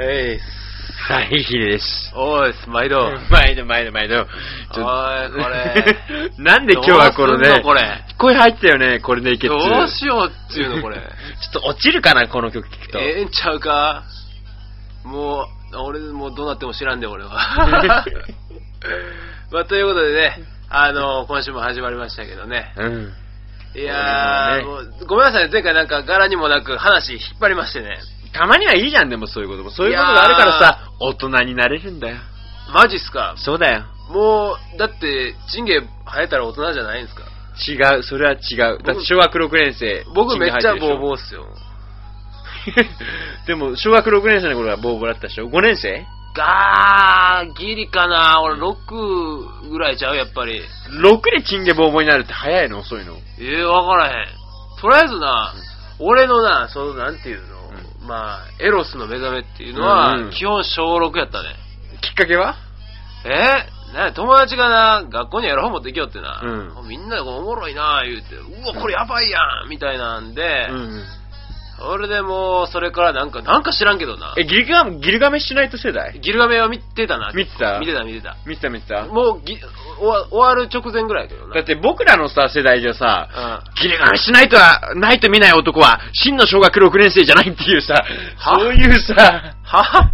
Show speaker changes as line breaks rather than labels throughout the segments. えいっ
はい、ヒデです。
す。おーいっす、毎度。
毎度毎度毎度。ちょ
おいこれ
なんで今日はこの
どうす
ね
んの、これ。
声入ったよね、これでいけっつ
どうしようっていうの、これ。
ちょっと落ちるかな、この曲聞くと。
ええんちゃうかもう、俺、もうどうなっても知らんで、 俺は。まあ、ということでね、あの今週も始まりましたけどね。
うん。
いやー、も
こ
う、ごめんなさいね、前回なんか柄にもなく話引っ張りましてね。
たまにはいいじゃん、でもそういうことも。そういうことがあるからさ、大人になれるんだよ。
マジっすか
そうだよ。
もう、だって、チンゲ生えたら大人じゃないんですか
違う、それは違う。だって小学6年生。
僕めっちゃボー
ー。
ボーっすよ。
でも、小学6年生の頃はボーボーだったでしょ ?5 年生
ガー、ギリかな俺6ぐらいちゃうやっぱり。
?6 でチンゲボーボーになるって早いの遅いの
ええわからへん。とりあえずな、俺のな、その、なんていうの、まあ、エロスの目覚めっていうのは、
うんうん
基本小6やったね。
きっかけは
えな友達がな、学校にエロ本持ってきよってな、
う
みんなおもろいな、言うて、うわ、これやばいやんみたいなんで、
うん。
それでもう、それからなんか、なんか知らんけどな、
え、ギルガメ、ギルガメシュナイト世代
ギルガメは見てたな。
見てた
見てた、見てた。
見てた見てた
もうぎ終わ、終わる直前ぐらいだけどな。
だって僕らのさ、世代じゃさ、
うん。
ギルガメシュナイトは、ないと見ない男は、真の小学6年生じゃないっていうさ、
は
そういうさ、
は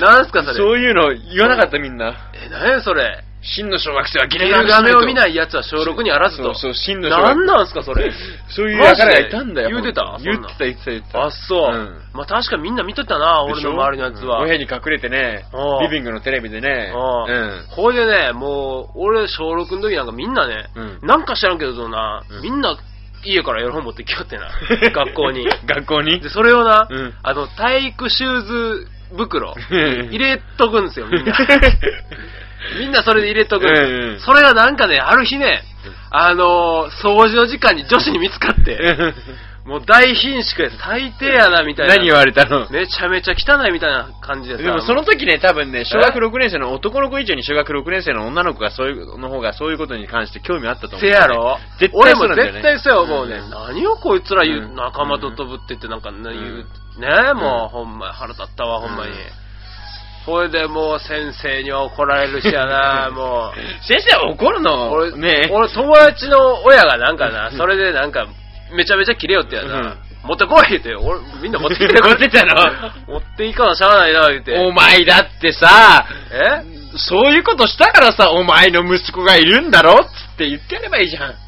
なんすかそれ。
そういうの言わなかったみんな。
え、何やそれ。
真の小学生はギ
ギ
ル
ル
ガメシュ
ガ
ナイ
メ
ト
を見ない奴は小6にあらずと。
そうそう、真の小学
なんなんすかそ れ。
そういう
マジ
輩
で
がいたんだよ。
言うてた
言ってた言ってた言ってた。
あ、そう。
うん
まあ確かみんな見てたな、俺の周りのやつは。
お部屋に隠れてね
ああ、
リビングのテレビでね、
うん
うん。
これでね、もう、俺小6の時なんかみんなね、
うん
なんか知らんけどな、
うん
みんな家からエロ本持ってきよって な、学校に。
学校に
で、 それをな、
うん
あの、体育シューズ 袋、入れとくんですよ、みんな。みんなそれで入れとくんです
うんうん
それがなんかね、ある日ね、あのー掃除の時間に女子に見つかって、もう大貧縮や、最低やな、みたいな。
何言われたの
めちゃめちゃ汚いみたいな感じでさ。
でもその時ね、多分ね、小学6年生の男の子以上に小学6年生の女の子がそういう、の方がそういうことに関して興味あったと思う。
せやろ
絶対
俺
そ
も
うなんだよね
絶対そうや思うね、
うん
何をこいつら言う、
うん
仲間ととぶってってなんかね、言うねえもうほんま腹立ったわほんまに、
うん
これでもう先生には怒られるしや なもう
先生は怒るの
俺,、
ね
俺友達の親がなんかな、それでなんか、めちゃめちゃキレよってやな、持ってこいって、俺、みんな持ってきてくれ
持ってたの
持っていかなしゃあないな、言う
お
て。
前だってさ、
え
そういうことしたからさ、お前の息子がいるんだろっつって言ってやればいいじゃ ん。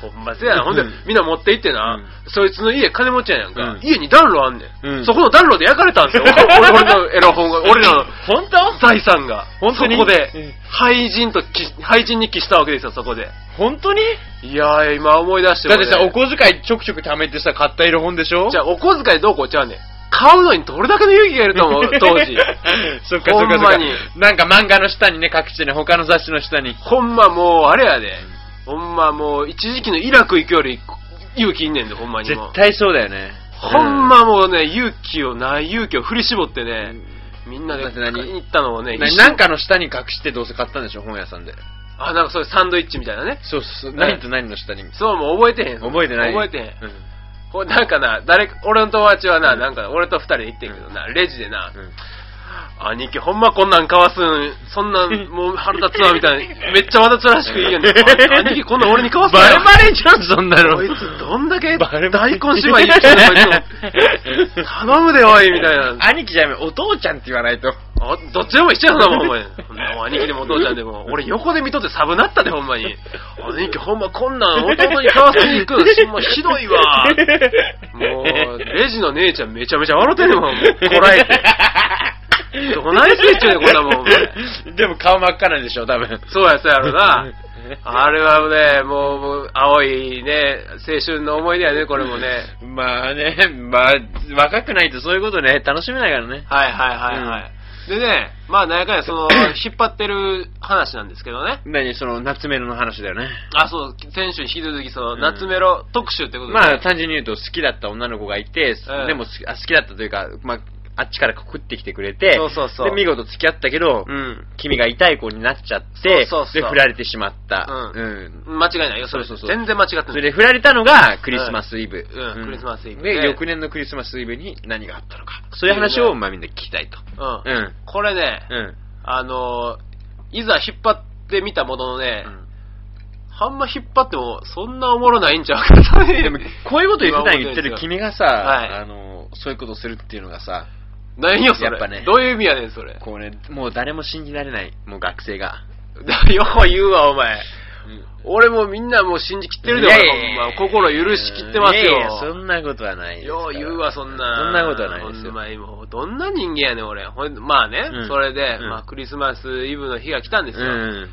ほんませやな。ほんで
うん、
みんな持って行ってな、
うん
そいつの家金持ちやねんか、
うん
家に暖炉あんねん,、
うん
そこの暖炉で焼かれたん ですよ。俺のエロ本が、俺らの
本当
財産が。
本当に
そこで
うん、
廃人とき、廃人に帰したわけですよ、そこで。
本当に
いやー、今思い出して
だってさ、
俺
お小遣いちょくちょく貯めてさ、買った色本でしょ
じゃあ、お小遣いどうこうちゃうねん。買うのにどれだけの勇気がいると思 う、当時。
そっか
ほ
そっかそっ
んま
か
に。
なんか漫画の下にね、各地ね、他の雑誌の下に。
ほんまもう、あれやで。ほんまもう、一時期のイラク行くより勇気いんねんで、ほんまに
絶
もう。
対そうだよね。
ほんまもうね、勇気をない、勇気を振り絞ってね、みんなで
だって何
買いに行ったのをね、
ね
一緒に
なん、かの下に隠してどうせ買ったんでしょ、本屋さんで。
あ、なんかそういうサンドイッチみたいなね。
そうそう、何と何の下に。
そう、もう覚えてへん。
覚えてない
覚えてへん。
うん
ほなんかな、誰か、俺の友達はな、
うん
なんか俺と二人で行ってんけどな、レジでな、
うん
兄貴、ほんまこんなんかわすん、そん なん、もう腹立つわ、みたいな。めっちゃわざつらしく言うよね。 兄貴、こんなん俺にかわす
バ
な
レ
よ。
バレじゃん、そんなの。
こいつ、どんだけ
バレバ
大
レ
根芝居言ってんの、こい つも。頼むで、おい、みたいな。
兄貴じゃやめ、お父ちゃんって言わないと。
あどっちでも一緒やな、もん、お前。ほんなもん兄貴でもお父ちゃんでも。俺、横で見とってサブなったで、ほんまに。兄貴、ほんまこんなん弟にかわすに行くの、しもうひどい わ。もう、レジの姉ちゃんめちゃめちゃ笑ってんねんもん。こら えて。どないしてっちゅうねんこんなもんお前
でも顔真っ赤なんでしょ、多分。
そうや、そうやろな。あれはね、もう、もう青いね、青春の思い出やね、これもね。
まあね、まあ、若くないとそういうことね、楽しめないからね。
はいはいはいはい。でね、まあ、なんやかんや、 その、引っ張ってる話なんですけどね。
何その、夏メロの話だよね。
あ、そう、先週に引き続き、その、夏メロ特集ってことで、
まあ、単純に言うと、好きだった女の子がいて、
うん
でも好きあ好きだったというか、まあ、あっちから告ってきてくれて、
そうそうそう
で、見事付き合ったけど、
うん。
君が痛い子になっちゃって、
そうそうそう
で、振られてしまった。。
うん間違いないよ、それ。
そうそうそう
全然間違って
そ
な
れ
い。
で、振られたのがクリスマスイブ。
うんクリスマスイブ
で、
で
翌年のクリスマスイブに何があったのか。そういう話を、まあみんな聞きたいと。
うん。
うん。
これね、
うん。
あのー、いざ引っ張ってみたもののね、あんま引っ張ってもそんなおもろないんちゃうかとね
でも、こういうことを普段言ってる君がさ、
はい
あの、そういうことをするっていうのがさ、
何よ、それ。
やっぱね
どういう意味やねん、それ。
こうね、もう誰も信じられない、もう学生が。
よう言うわ、お前。
うん
俺もうみんなもう信じきってるで、
いやい
俺
や
ほんま。心許しきってます
いやいやそ
よ。
んなことはないですから
よう言うわ、そんな。
そんなことはないです
ほん
よ。
まにもうどんな人間やねん、俺。ほんまあね、
うん
それで、
うん
まあクリスマスイブの日が来たんです
う
よ。
ん。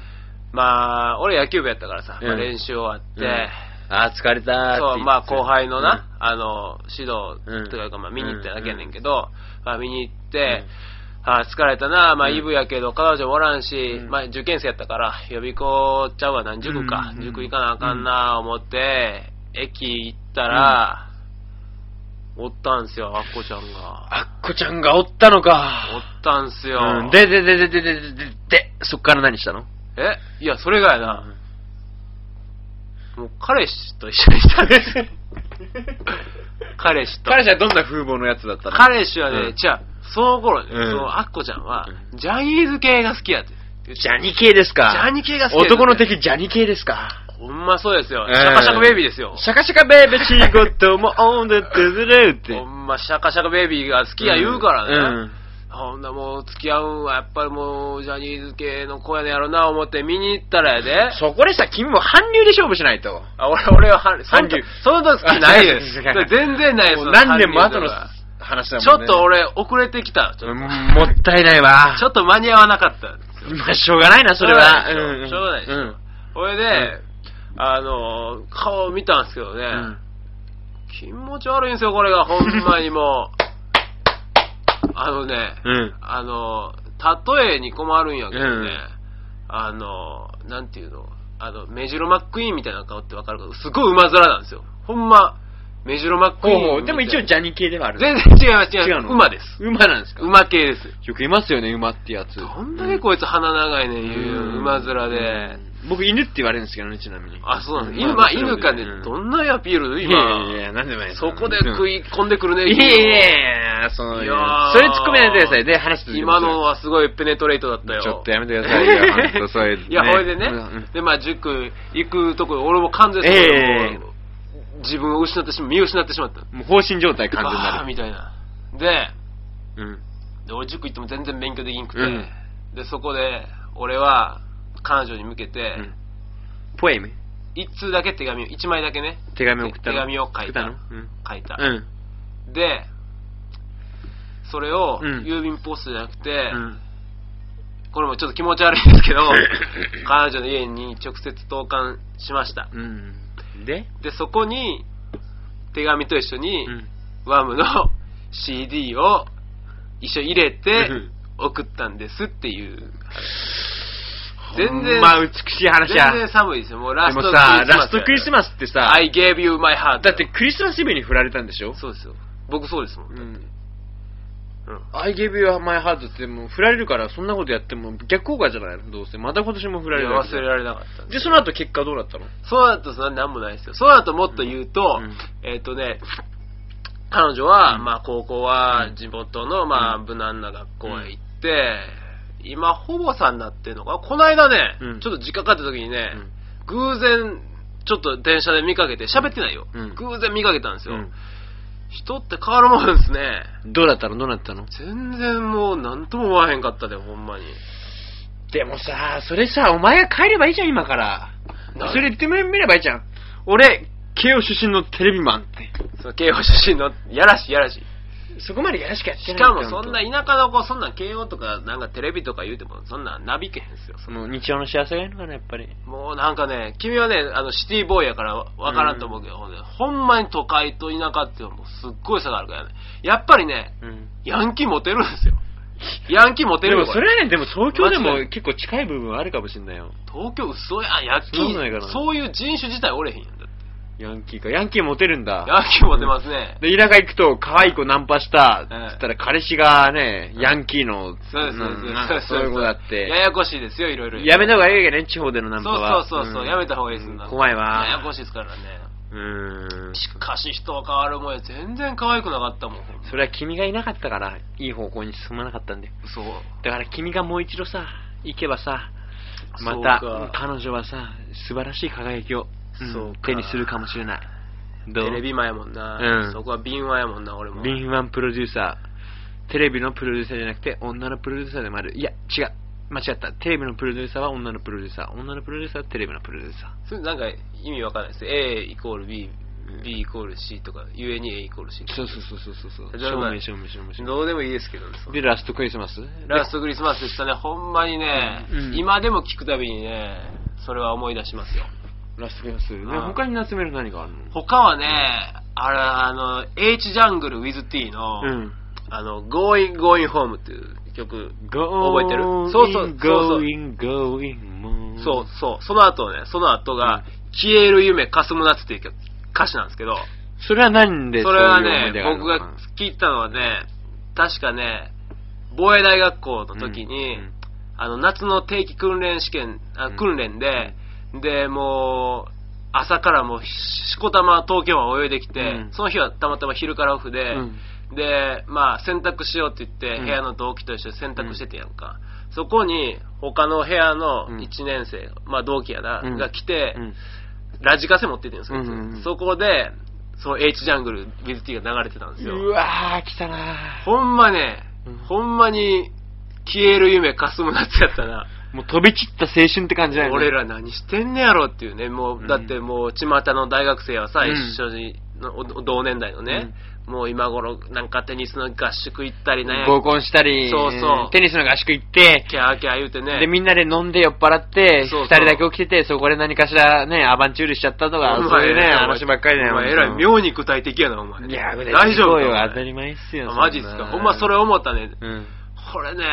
まあ、俺野球部やったからさ、まあ
うん
練習終わって、
うんあー、疲れたーって言っ
そ
て
う、まあ後輩のな、、あの、指導
うん
というか、まあ見に行っただけやねんけど、まあ見に行って、あー疲れたな、まあ
うん
イブやけど彼女もおらんし、
うん
まあ受験生やったから、予備校ちゃうわ、何塾か、
うん
塾行かなあかんな、思って、駅行ったら、おったんすよ、あっこちゃんが。
あっこちゃんがおったの
お
か。
ったんすよ。
うん、で、で、で、で、で、で、で、で、でそっから何したの
えいや、それがやな、もう彼氏と一緒に したんですよ。彼氏と。
彼氏はどんな風貌のやつだったの
彼氏はね、
うん
じゃあ、その頃ね、
うん
そのアッコちゃんは
う、
ジャニーズ系が好きやって。
ジャニ系ですか
ジャニ系が好きですね
男の敵ジャニ系ですか
ほんまそうですよ。
えー
シャカシャカベイビーですよ。
シャカシャカベイベー仕事もオンでってずれって。
ほんまシャカシャカベイビーが好きや言うからね。
うん
ほんなもう付き合うんはやっぱりもうジャニーズ系の子やねやろな思って見に行ったらやで。
そこでさ、君も韓流で勝負しないと。
あ俺俺は韓そん
韓流
その時好きないです
あ違う違う違う。
全然ないです。
もう何年も後
韓流
の
とか
話だ
ち
もん
ょ
ね。
っと俺遅れてきた。ちょっと
うん、もったいない わ。
ちょっと間に合わなかったんですよ。
まあ、しょうがないな、それは。ん
しょうがないでしょしょうが
ん
これで、あの、顔を見たんですけどね、
うん
気持ち悪いんですよ、これが、ほんまにも う。あのね、
うん。
あの、例えに困るんやけどね、
うん
あの、なんていうの、あの、メジロマックイーンみたいな顔ってわかるけど、すごい馬面なんですよ。ほんま、メジロマックイー
ほう
ンみたい
ほ
な。
う。でも一応ジャニ系ではある。
全然違います、違い
違
ま
う
す。
の
馬です。
馬なんですか
馬系です。
よくいますよね、馬ってやつ。
どんだけこいつ鼻長いねん、
う
いうん馬面で。。
僕、犬って言われるんですけどね、ちなみに。
あ、そうなんです。
まあ
今、
まあ
犬かね
う、
どんなアピール
いや
今
い。やいや、なんでもないです
そこで食い込んでくる
うん
ね。
いやいや
や
いや、その、
いやー
それ突っ込めないでください。で、話して
今のはすごいペネトレートだったよ。
ちょっとやめてくださいよ ほんとそういうね
いや、ほいで
う
ね
ん。
で、まあ、塾行くとこ、俺も完全にそ
ええ
の自分を失ってしま、身を失ってしまった。
もう放心状態完全
あーみたいな。で、
になる。
で俺塾行っても全然勉強できんくて
うん。
で、そこで、俺は、彼女に向けて
う、ん。ポエム
一通だけ手紙を、一枚だけね、
手紙を送ったの
手紙を書いた
作ったのうん。
書いた。
うん。
で、それを
うん
郵便ポストじゃなくて、
うん
これもちょっと気持ち悪いんです けど、彼女の家に直接投函しました。
うん。で
で、そこに、手紙と一緒に、
うん
ワムの CD を一緒に入れて
うん、
送ったんですっていう。全
ほん
然、
まあ、美しい話
全
や。
然寒いですよ。もうラ
で
スト
も
クリスマス
さ
や。、
ラストクリスマスってさ、
I gave you my heart.
だって、クリスマスイブに振られたんでしょ
そうですよ。僕そうですもん。
ん。
うん、
I gave you my heart ってもう振られるからそんなことやっても逆効果じゃないのどうせ。また今年も振られる
いや
わけ
忘
じゃん
れられなかったんです
で、その後結果どうだったの
そうだとそんなんもないですよ。そうだともっと言うと、
うん
えっ、とね、彼女は、
うん
まあ高校は地元の、まあ無難な学校へ行って、今ほぼさんになってるのかなこの間ね、
うん
ちょっと時間かかった時にね、偶然、ちょっと電車で見かけて、喋ってないよ、
うん
偶然見かけたんですよ、
うん
人って変わるもんですね。
どうだったのどうなったの
全然もう何とも思わへんかったで、ほんまに。
でもさ、それさ、お前が帰ればいいじゃん、今から
な。
それ言ってみればいいじゃん。俺、慶応出身のテレビマンって。
その慶応出身の、やらしいやらしい。
そこまでやらしかやって
し
ない
かもそんな
本
田舎の子、そんなん慶応とか、なんかテレビとか言うても、そんなんなびけへんすよ。
当
そ
そ
の
の日曜の幸せがいいのかな、やっぱり。
もうなんかね、君はね、あの、シティボーイやからわわからんと思うけど、ねほんまに都会と田舎っていうのはもうすっごい差があるからね。やっぱりね、
うん。
ヤンキーモテるんです よ。ヤンキーモテ
で
る
も
よ
それはね、でも東京で
マジ
も
で
結構近い部分はあるかもしれないよ。
これ東京嘘やん、ヤンキ
そんなことないか
ー。
な
そういう人種自体おれへんやん。だって
ヤンキーか。ヤンキーモテるんだ。
ヤンキーモテますね。
で、田舎行くと、可愛い子ナンパした、つったら彼氏がね、
うん
ヤンキーの、
そうです、そうです
んなんかそういう子だっ
や
て、
やこしいですよ、いろいろ。
やめた方がいいよね、地方でのナンパは。
そうそうそうそう、
ん
やめた方がいいですんな
うん怖いわ。
ややこしいですからね。
うーん。
しかし人は変わるもんや。全然可愛くなかったもん。
それは君がいなかったから、いい方向に進まなかったんだよ。
そう。
だから君がもう一度さ、行けばさ、ま
そう
た
か、
彼女はさ、素晴らしい輝きを、ん
そうか
手にするかもしれない。どう
テレビマンやもんな。
うん
そこは敏腕やもんな、俺も。
敏腕プロデューサー。テレビのプロデューサーじゃなくて、女のプロデューサーでもある。いや、違う。間違った。テレビのプロデューサーは女のプロデューサー。女のプロデューサーはテレビのプロデューサ
それなんか意味わかんないです。A イコール B、B イコール C とか、ゆえに A イコール C と
ー。
か。
そうそうそうそうそう。
じゃあ
証明、証明、証明、証
どうでもいいですけどね。そ
明。
の
で、ラストクリスマス
ラストクリスマスでしたね。ほんまにね、
うん
今でも聞くたびにね、それは思い出しますよ。
でラストクリスマス。ね
ああ
他に集める何があるの
他はね、あれ、あの、H ジャングル with T の、
うん。
あの、Going, Going Home っていう曲、覚えてる
Going,
そうそうそうそう
going, going, moon.
そうそう、その後ね、その後
うん
が、消える夢かすむ夏っていう曲歌詞なんですけど、
それは何で
それは
そういう
ね
思い出、あるの
僕が聞いたのはね、確かね、防衛大学校の時に、
うんうん
あの夏の定期訓練試験、あ
うん
訓練で、で、もう、朝からもうし、しこたま東京湾泳いできて、
うん
その日はたまたま昼からオフで、
うん
で、まあ、洗濯しようって言って、
うん
部屋の同期と一緒に洗濯しててやんか。そこに、他の部屋の
うん
1年生、まあ同期やな、
うん
が来て、
うん
ラジカセ持っててんですよ、
うんうんうん
そこで、その H ジャングル、with T が流れてたんですよ。
うわー、来たな
ほんまね、
うん
ほんまに、消える夢かすむ夏やったな。
ー。もう飛び散った青春って感じだよね。
俺ら何してんねやろっていうね、も
う
う、
ん
だってもう、巷の大学生はさ、
うん
一緒にの、お同年代のね、もう今頃、なんかテニスの合宿行ったりね、
合コンしたり、
そうそう
テニスの合宿行って、
キャーキャー言うてね。
で、みんなで飲んで酔っ払って、
そうそう
二人だけ起きてて、そこで何かしらね、アバンチュールしちゃったとか、そういうね、話ばっかりだよ。
お前、えらい、妙に具体的やな、お前。
いや、
大丈夫
よ。
か
当たり前っすよ。
あマジっすか。ほんま、それ
を。
思ったね。
うん。
これね、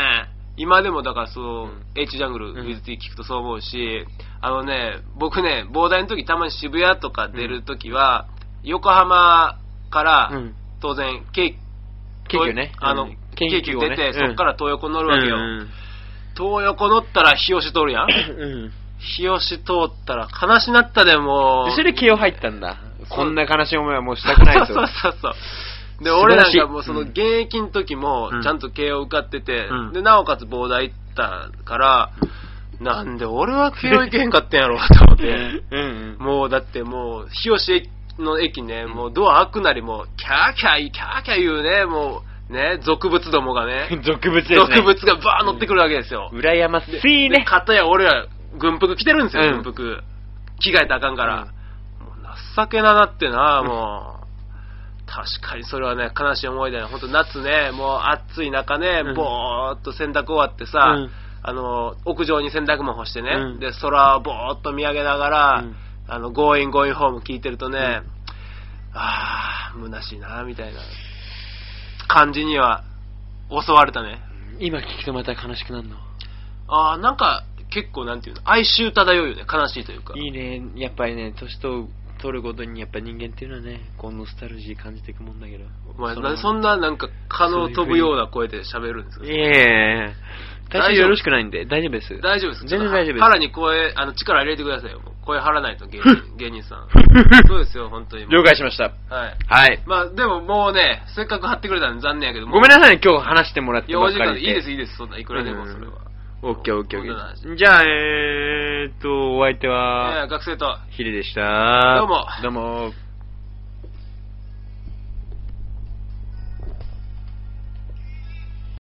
今でもだからそう、
ん
H ジャングル
うん
with T 聞くとそう思うし、あのね、僕ね、膨大の時たまに渋谷とか出る時は、横浜から、
うん
当然、京
京急ね
あの
うん、
京急
京急を
出
ね
て、
うん
そっから東横乗るわけよ。
うん
東横乗ったら日吉通る やん。
うん。
日吉通ったら悲しなったでもう
でそれで慶応入ったんだ。
そう
こんな悲しい思いはもうしたくないと。
そうそうそうそう。で、
素晴
俺
ら
なん
しい
かもうその
うん
現役の時も
うん
ちゃんと慶応受かってて、
うん
で、なおかつ膨大行ったから、なんで俺は慶応行けへんかったんやろうと思って。
うんうん。
もうだってもう、日吉駅の駅ね、もうドア開くなりもう、キャーキャー、キャーキャー言うね、もう、ね、俗物どもがね、
俗物です ね。
俗物。がバーン乗ってくるわけですよ。
羨ましい
で、
ね。
片や俺ら軍服着てるんですよ、
うん
軍服。着替えたらあかんから。もう情けななってな、もう。確かにそれはね、悲しい思い出だよ。ほんと夏ね、もう暑い中ね
うん、
ぼーっと洗濯終わってさ、
うん
あの、屋上に洗濯も干してね、
うん
で、空をぼーっと見上げながら、
うん
あの、ゴーインゴーインホーム聞いてるとね、あー、虚しいな、みたいな感じには襲われたね。
今聞くとまた悲しくなるの。
ああ、なんか、結構、なんていうの、哀愁漂うよね、悲しいというか。
いいね、やっぱりね、年と取るごとに、やっぱ人間っていうのはね、こうノスタルジー感じていくもんだけど。
お前、
そ
な
の
そんな、なんか、可能飛ぶような声で喋るんですか
いえいえいえ、体調よろしくないんで、大丈夫です。
大丈夫ですか
全然大丈夫です。
腹に声、あの、力入れてくださいよ。もう声張らないと、芸人芸人さ ん。そうですよ、本当に。
了解しました。
はい。
はい。
まあ、でももうね、せっかく張ってくれたんで残念やけど、
ごめんなさいね、今日話してもらって
4
ばっ
時
か
間
り
で。い
で。
いです、いいです、そんな、いくらでも、それは。
オッケーオッケーオッ
本
ケ
当の話
ー。じゃあ、えーっと、お相手
ええ
は、
学生と、
ヒデでした。
どうも
どうも。